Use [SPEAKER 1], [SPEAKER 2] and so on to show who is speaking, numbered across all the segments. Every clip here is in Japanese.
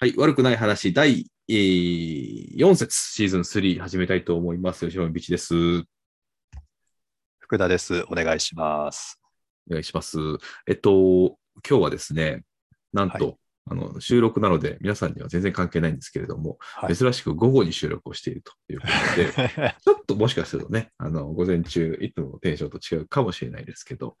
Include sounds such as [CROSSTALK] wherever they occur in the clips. [SPEAKER 1] はい、悪くない話、第、えー4節、シーズン3、始めたいと思います。吉本美智です。お
[SPEAKER 2] 福田です。お願いし
[SPEAKER 1] [LAUGHS]
[SPEAKER 2] ます。
[SPEAKER 1] 願いします。えっと、今日はですね、なんと、
[SPEAKER 2] は
[SPEAKER 1] あの収録なので、皆さんには全然関係ないんですけれども、
[SPEAKER 2] はい
[SPEAKER 1] 珍しく午後に収録をしているということで、ちょっともしかするとね、あの、午前中、いつものテンションと違うかもしれないですけ
[SPEAKER 2] [LAUGHS]
[SPEAKER 1] ど、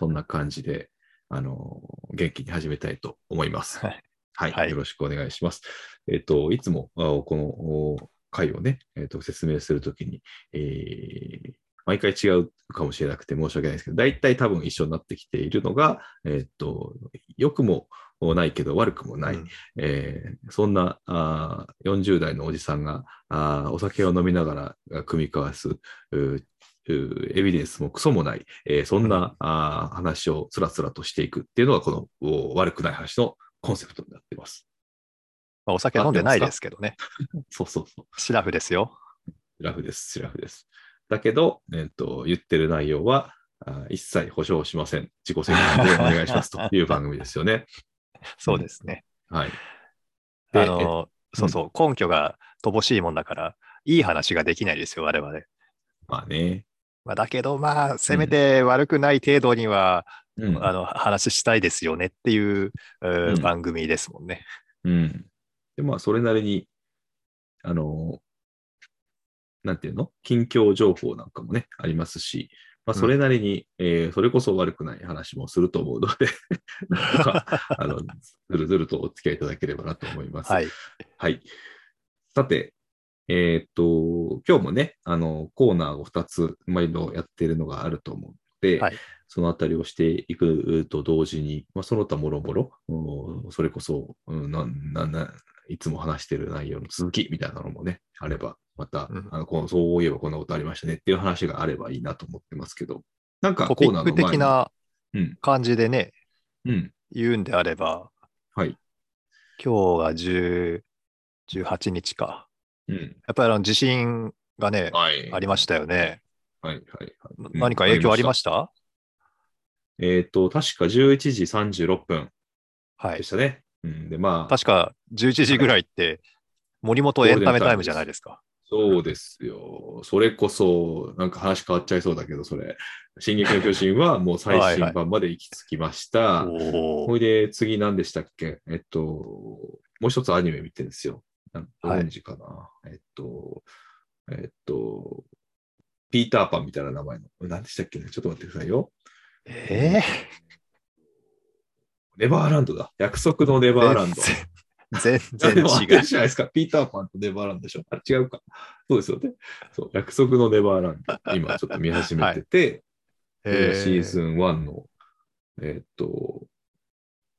[SPEAKER 1] そんな感じで、あの、元気に始めたいと思います。
[SPEAKER 2] はい
[SPEAKER 1] はい。
[SPEAKER 2] はい
[SPEAKER 1] よろしくお願いします。えっと、いつも、あこのお回をね、えっと、説明するときに、えー毎回違うかもしれなくて申し訳ないですけど、大体多分一緒になってきているのが、えっと、良くもないけど悪くもない、
[SPEAKER 2] うん
[SPEAKER 1] えーそんなあー40代のおじさんがあーお酒を飲みながらあ組み交わすううエビデンスもクソもない、えーそんな、あー話をつらつらとしていくっていうのがこのお悪くない話のコンセプトになってます。
[SPEAKER 2] まあ、お酒飲んでないですけどね。
[SPEAKER 1] そうそうそう。
[SPEAKER 2] シラフですよ。
[SPEAKER 1] ラフです、ラフです。だけど、えっと言ってる内容はあー一切保証しません。自己責任でお願いしますという番組ですよね。
[SPEAKER 2] そうですね。
[SPEAKER 1] はい。で
[SPEAKER 2] あの、そうそう、根拠が乏しいもんだから、いい話ができないですよ、我々。
[SPEAKER 1] まあね。
[SPEAKER 2] まあ、だけど、まあ、せめて悪くない程度には、
[SPEAKER 1] うん
[SPEAKER 2] あの、話したいですよねっていう、えー
[SPEAKER 1] うん
[SPEAKER 2] 番組ですもんね。
[SPEAKER 1] うん。で、まあ、それなりに、あの、なんていうの近況情報なんかもね、ありますし、まあ、
[SPEAKER 2] うん
[SPEAKER 1] それなりに、えーそれこそ悪くない話もすると思うので、 [LAUGHS] なんとか、あの、ずるずるとお付き合いいただければなと思います。
[SPEAKER 2] はい。
[SPEAKER 1] はい。さて、えーっと、今日もね、あの、コーナーを2つ、毎度やっているのがあると思うので、
[SPEAKER 2] はい
[SPEAKER 1] そのあたりをしていくと同時に、まあ、その他もろもろ、うんそれこそ、うんなんなんなんいつも話している内容の続きみたいなのもね、あれば、また、
[SPEAKER 2] うん
[SPEAKER 1] あのこうそういえばこんなことありましたねっていう話があればいいなと思ってますけど、なんか
[SPEAKER 2] ト
[SPEAKER 1] コ
[SPEAKER 2] ピ
[SPEAKER 1] ーナ
[SPEAKER 2] ッ
[SPEAKER 1] ーの
[SPEAKER 2] ク
[SPEAKER 1] 前に
[SPEAKER 2] 的な
[SPEAKER 1] うん
[SPEAKER 2] 感じでね、
[SPEAKER 1] うん、
[SPEAKER 2] 言うんであれば、
[SPEAKER 1] はい。
[SPEAKER 2] 今日が10 18日か。
[SPEAKER 1] うん。
[SPEAKER 2] やっぱりあの地震がね、
[SPEAKER 1] はい。
[SPEAKER 2] ありましたよね。
[SPEAKER 1] はい、はい、はい。
[SPEAKER 2] な
[SPEAKER 1] うん
[SPEAKER 2] 何か影響ありま
[SPEAKER 1] し
[SPEAKER 2] した
[SPEAKER 1] たえーっと、確か11時36分
[SPEAKER 2] は
[SPEAKER 1] で
[SPEAKER 2] い
[SPEAKER 1] し。たね。うん、で、まあ、
[SPEAKER 2] 確か11時ぐらいって、森本エンタメタイムじゃないですか。
[SPEAKER 1] そうですよ。それこそ、なんか話変わっちゃいそうだけど、それ。進撃の巨人はもう最新版まで行き着きました。
[SPEAKER 2] お
[SPEAKER 1] ほ
[SPEAKER 2] ー
[SPEAKER 1] いで、次何でしたっけえっと、もう一つアニメ見てるんですよ。なんかオ
[SPEAKER 2] はい
[SPEAKER 1] レンジかな、えっと、えっと、ピーターパンみたいな名前の。何でしたっけねちょっと待ってくださいよ。
[SPEAKER 2] え
[SPEAKER 1] ネバーランドだ。約束のネ
[SPEAKER 2] ー、
[SPEAKER 1] バーランド。
[SPEAKER 2] 全
[SPEAKER 1] あ
[SPEAKER 2] 然
[SPEAKER 1] でも合って
[SPEAKER 2] 違
[SPEAKER 1] る
[SPEAKER 2] う。
[SPEAKER 1] じゃ [LAUGHS] ないですか。ピーターパンとネバーランドでしょ。あ違うか。そうですよね。そう約束のネバーランド。今ちょっと見始めてて、
[SPEAKER 2] え
[SPEAKER 1] シーズン1の、えーっと、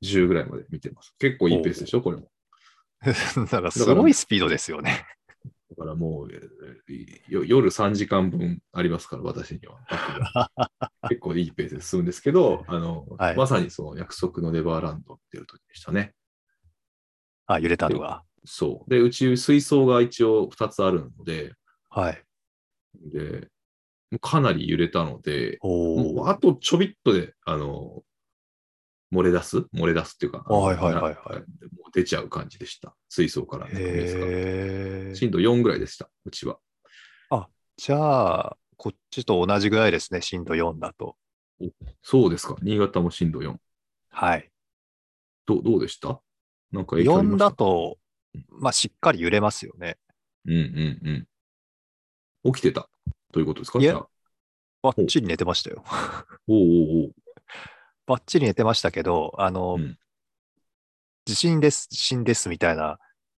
[SPEAKER 1] 10ぐらいまで見てます。結構いいペースでしょ、これも。
[SPEAKER 2] ー、 [LAUGHS] なんかすごいスピードですよね。
[SPEAKER 1] だからもう、えーよ夜3時間分ありますから、私には。
[SPEAKER 2] [LAUGHS]
[SPEAKER 1] 結構いいペースで進むんですけど、あの、
[SPEAKER 2] はい
[SPEAKER 1] まさにその約束のネバーランドっていう時でしたね。
[SPEAKER 2] あ、揺れたのが。
[SPEAKER 1] そう。で、うち水槽が一応2つあるので、
[SPEAKER 2] はい。
[SPEAKER 1] で、かなり揺れたので、も
[SPEAKER 2] お
[SPEAKER 1] う
[SPEAKER 2] ー
[SPEAKER 1] あとちょびっとで、あの、漏れ出す漏れ出すっていうか、
[SPEAKER 2] はいはいはいはい
[SPEAKER 1] なもう出ちゃう感じでした。水槽から。
[SPEAKER 2] えー、
[SPEAKER 1] 震度4ぐらいでした、うちは。
[SPEAKER 2] じゃあ、こっちと同じぐらいですね、震度4だと。
[SPEAKER 1] そうですか、新潟も震度4。
[SPEAKER 2] はい。
[SPEAKER 1] どうどうでしたなんか影響ありま
[SPEAKER 2] 4
[SPEAKER 1] した
[SPEAKER 2] だと、まあ、しっかり揺れますよね。
[SPEAKER 1] うんうんうん。起きてたということですか
[SPEAKER 2] いえ
[SPEAKER 1] じゃあ
[SPEAKER 2] ばっちり寝てましたよ。
[SPEAKER 1] おうおうおう
[SPEAKER 2] ばっちり寝てましたけど、あの、
[SPEAKER 1] うん
[SPEAKER 2] 地震です、地震ですみたいな、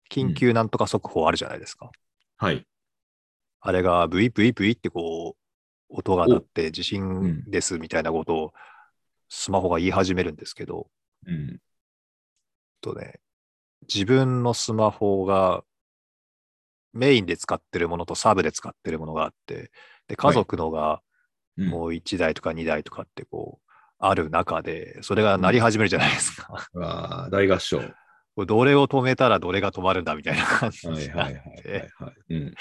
[SPEAKER 2] 緊急なんとか速報あるじゃないですか。
[SPEAKER 1] はい。
[SPEAKER 2] あれがブイブイブイってこう、音が鳴って地震ですみたいなことをスマホが言い始めるんですけど、
[SPEAKER 1] うん。
[SPEAKER 2] とね、自分のスマホがメインで使ってるものとサブで使ってるものがあって、で、家族のが
[SPEAKER 1] うん
[SPEAKER 2] もう1台とか2台とかってこう、ある中で、それが鳴り始めるじゃないですか。
[SPEAKER 1] あー大合唱。はい
[SPEAKER 2] これどれを止めたらどれが止まるんだみたいな感じ
[SPEAKER 1] はい
[SPEAKER 2] に
[SPEAKER 1] は
[SPEAKER 2] ないっ
[SPEAKER 1] はい
[SPEAKER 2] [LAUGHS] て、
[SPEAKER 1] はい。うん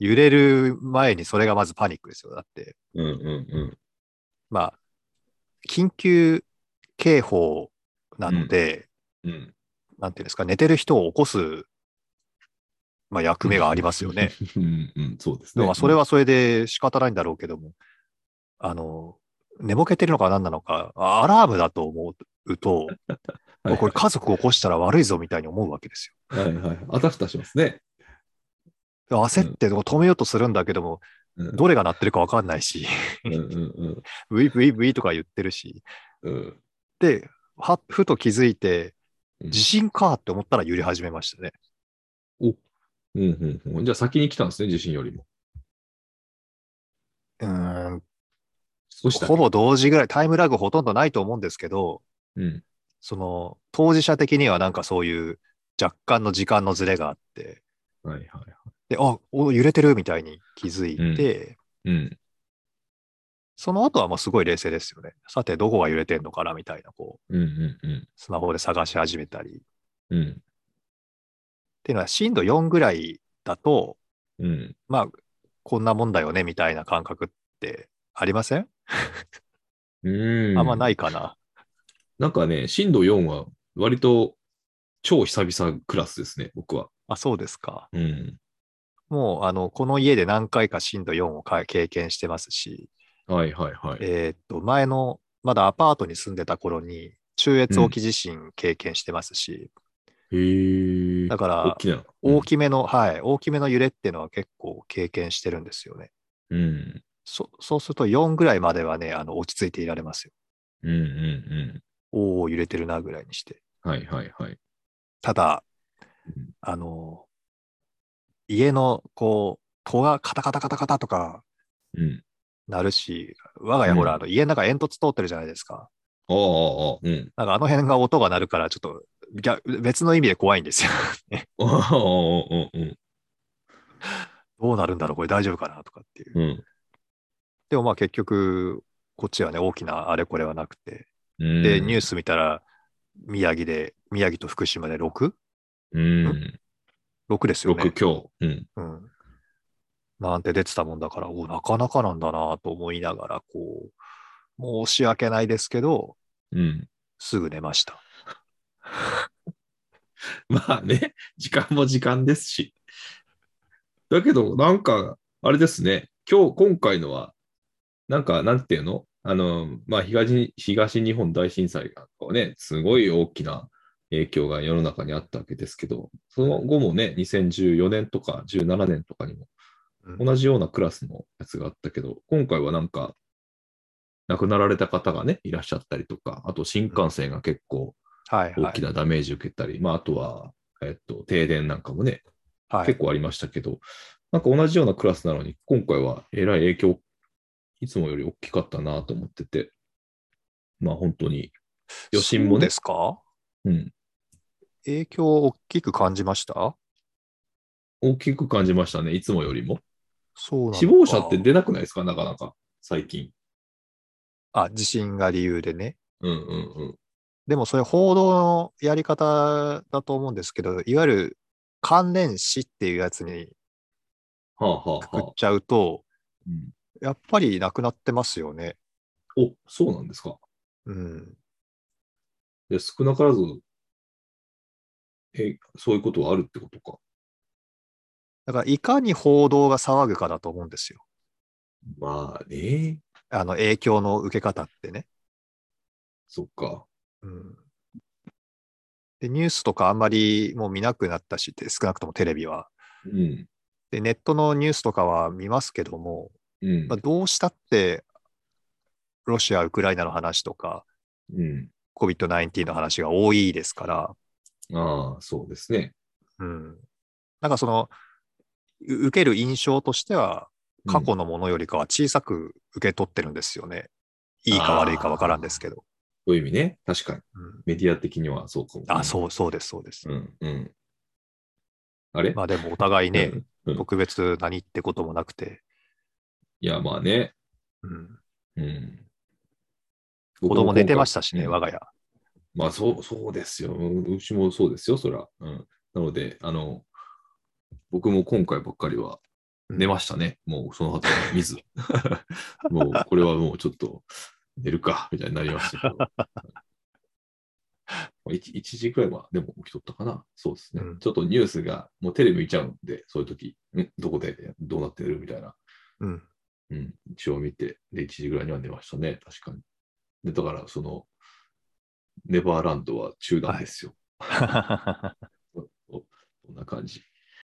[SPEAKER 2] 揺れる前にそれがまずパニックですよ。だって、
[SPEAKER 1] うんうんうん。
[SPEAKER 2] まあ、緊急警報なので、
[SPEAKER 1] うん。
[SPEAKER 2] なんていうんですか、寝てる人を起こす、まあ、役目がありますよね。
[SPEAKER 1] うんうん、そうです
[SPEAKER 2] で
[SPEAKER 1] ね。
[SPEAKER 2] もまあそれはそれで仕方ないんだろうけども、あの、寝ぼけてるのか何なのか、アラームだと思うと、
[SPEAKER 1] はい、
[SPEAKER 2] これ家族を起こしたら悪いぞみたいに思うわけです
[SPEAKER 1] はいはい。あたふたしますね。
[SPEAKER 2] よ。焦って止めようとするんだけども、
[SPEAKER 1] うん
[SPEAKER 2] どれが鳴ってるか分かんないし、
[SPEAKER 1] うんうん
[SPEAKER 2] ブイブイブイとか言ってるし、
[SPEAKER 1] うんうん。
[SPEAKER 2] で、はふと気づいて、
[SPEAKER 1] うん
[SPEAKER 2] 地震かって思ったら揺れ始めましたね。
[SPEAKER 1] うんうんうん、じゃあ先に来たんですね、地震よりも。
[SPEAKER 2] うーん、
[SPEAKER 1] 少しだけ
[SPEAKER 2] ほぼ同時ぐらい、タイムラグほとんどないと思うんですけど、
[SPEAKER 1] うん
[SPEAKER 2] その当事者的にはなんかそういう若干の時間のズレがあって、
[SPEAKER 1] はいはいはい。
[SPEAKER 2] で、あ、お揺れてるみたいに気づいて、
[SPEAKER 1] うん。
[SPEAKER 2] その後はもうすごい冷静ですよね。さて、どこが揺れてんのかなみたいな、こ
[SPEAKER 1] う
[SPEAKER 2] う、
[SPEAKER 1] んうんうん。
[SPEAKER 2] スマホで探し始めたり。っ
[SPEAKER 1] うん
[SPEAKER 2] ていうのは、震度4ぐらいだと、
[SPEAKER 1] うん。
[SPEAKER 2] まあ、こんなもんだよねみたいな感覚ってありません、
[SPEAKER 1] うん。。
[SPEAKER 2] あんまないいかな。
[SPEAKER 1] なんかね、震度4は割と超久々クラスですね、僕は。
[SPEAKER 2] あ、そうですか。
[SPEAKER 1] うん。
[SPEAKER 2] もう、あの、この家で何回か震度4をか経験してますし、
[SPEAKER 1] はいはいはい。
[SPEAKER 2] えーっと、前の、まだアパートに住んでた頃に、中越沖地震経験してますし、
[SPEAKER 1] へえ。
[SPEAKER 2] だ
[SPEAKER 1] か
[SPEAKER 2] から、
[SPEAKER 1] 大きな。
[SPEAKER 2] 大きめの、はい、大きめの揺れっていうのは結構経験してるんですよね。
[SPEAKER 1] うん。
[SPEAKER 2] そそうすると4ぐらいまではね、あの落ち着いていられますよ。
[SPEAKER 1] うんうんう
[SPEAKER 2] おお、揺れてるなぐらいにして。
[SPEAKER 1] ん。はいはいはい。
[SPEAKER 2] ただ
[SPEAKER 1] うん、
[SPEAKER 2] あの、家のこう、戸がカタカタカタカタとか
[SPEAKER 1] うん。
[SPEAKER 2] なるし、我が家
[SPEAKER 1] うん
[SPEAKER 2] ほら、あの家の中煙突通ってるじゃないですか。
[SPEAKER 1] ああ、ああ、うん。
[SPEAKER 2] なんかあの辺が音が鳴るから、ちょっと逆別の意味で怖いんですよ。 [LAUGHS] ね
[SPEAKER 1] ああ、ああ、うんうん
[SPEAKER 2] どうなるんだろう、これ大丈夫かなとかっていう。
[SPEAKER 1] うん。
[SPEAKER 2] でもまあ結局、こっちはね、大きなあれこれはなくて。
[SPEAKER 1] うん。
[SPEAKER 2] で、ニュー
[SPEAKER 1] ス。
[SPEAKER 2] ス見たら、宮城で、宮城と福島で 6?6
[SPEAKER 1] うん。
[SPEAKER 2] ですよね。
[SPEAKER 1] 6強。うん。
[SPEAKER 2] うん。なんて出てたもんだから、おなかなかなんだなと思いながら、こう、申し訳ないですけど、
[SPEAKER 1] うん。 [LAUGHS]
[SPEAKER 2] すぐ寝ました。
[SPEAKER 1] まあね、時間も時間ですし。だけど、なんか、あれですね、今日、今回のは、なんか、なんていうのあの、まあ東、東日本大震災がね、すごい大きな影響が世の中にあったわけですけど、その後もね、2014年とか17年とかにも、
[SPEAKER 2] うん
[SPEAKER 1] 同じようなクラスのやつがあったけど、今回はなんか、亡くなられた方がね、いらっしゃったりとか、あと新幹線が結構
[SPEAKER 2] はいは
[SPEAKER 1] 大
[SPEAKER 2] い
[SPEAKER 1] き。なダメージ受けたり、まあ、あとは、えっと、停電なんかもね、
[SPEAKER 2] はい、
[SPEAKER 1] 結構ありましたけど、なんか同じようなクラスなのに、今回はえらい影響、いつもより大きかったなと思ってて、まあ本当に、余震も
[SPEAKER 2] そう
[SPEAKER 1] ね
[SPEAKER 2] で、すか
[SPEAKER 1] うん、
[SPEAKER 2] 影響を大きく感じました
[SPEAKER 1] 大きく感じましたね、いつもよりも。
[SPEAKER 2] そうなのか
[SPEAKER 1] 死亡者って出なくないですか、なかなか、最近。
[SPEAKER 2] あ、地震が理由でね。
[SPEAKER 1] うんうんうん。
[SPEAKER 2] でもそれ報道のやり方だと思うんですけど、いわゆる関連死っていうやつに
[SPEAKER 1] はあは
[SPEAKER 2] く
[SPEAKER 1] あ
[SPEAKER 2] くっ
[SPEAKER 1] はあ。
[SPEAKER 2] ちゃうと、
[SPEAKER 1] うん
[SPEAKER 2] やっぱりなくなってますよね。
[SPEAKER 1] お、そうなんですか。
[SPEAKER 2] うん。
[SPEAKER 1] で、少なからず、え、そういうことはあるってことか。
[SPEAKER 2] だからいかに報道が騒ぐかだと思うんですよ。
[SPEAKER 1] まあね、
[SPEAKER 2] あの影響の受け方ってね。
[SPEAKER 1] そっか。
[SPEAKER 2] うん、でニュースとかあんまりもう見なくなったし、て少なくともテレビは。
[SPEAKER 1] うん。
[SPEAKER 2] でネットのニュースとかは見ますけども、
[SPEAKER 1] うん
[SPEAKER 2] まあ、どうしたってロシア、ウクライナの話とか、
[SPEAKER 1] うん。
[SPEAKER 2] COVID-19 の話が多いですから、
[SPEAKER 1] ああ、そうですね。
[SPEAKER 2] うん、なんかその、う受ける印象としては、過去のものよりかは小さく受け取ってるんですよね。いいか悪いか分からんですけど。
[SPEAKER 1] そういう意味ね。確かに。
[SPEAKER 2] うん、
[SPEAKER 1] メディア的にはそうかも。
[SPEAKER 2] あ、そう、そうです、そうです。
[SPEAKER 1] う。うん、うん。あれ
[SPEAKER 2] まあでもお互いね、
[SPEAKER 1] うんうん
[SPEAKER 2] 特別何ってこともなくて、
[SPEAKER 1] いや、まあね。う
[SPEAKER 2] うん、
[SPEAKER 1] ん。
[SPEAKER 2] 子供寝てましたしね、
[SPEAKER 1] うん
[SPEAKER 2] 我が家。
[SPEAKER 1] まあそう、そうですよ。ううちもそうですよ、そら。うん。なので、あの、僕も今回ばっかりは寝ましたね。もうその後は見ず。 [LAUGHS] もう
[SPEAKER 2] [LAUGHS]
[SPEAKER 1] これはもうちょっと寝るか、みたいになりましたけど。 1, 1時くらいはでも起きとったかな。そうですね。
[SPEAKER 2] うん
[SPEAKER 1] ちょっとニュースが、もうテレビ見ちゃうんで、そういう時、んどこでどうなってるみたいな。 [LAUGHS]
[SPEAKER 2] うん。
[SPEAKER 1] うん、一応見て、で、1時ぐらいには寝ましたね、確かに。で、だから、その、ネバーランドは中断ですよ。そんな感じ。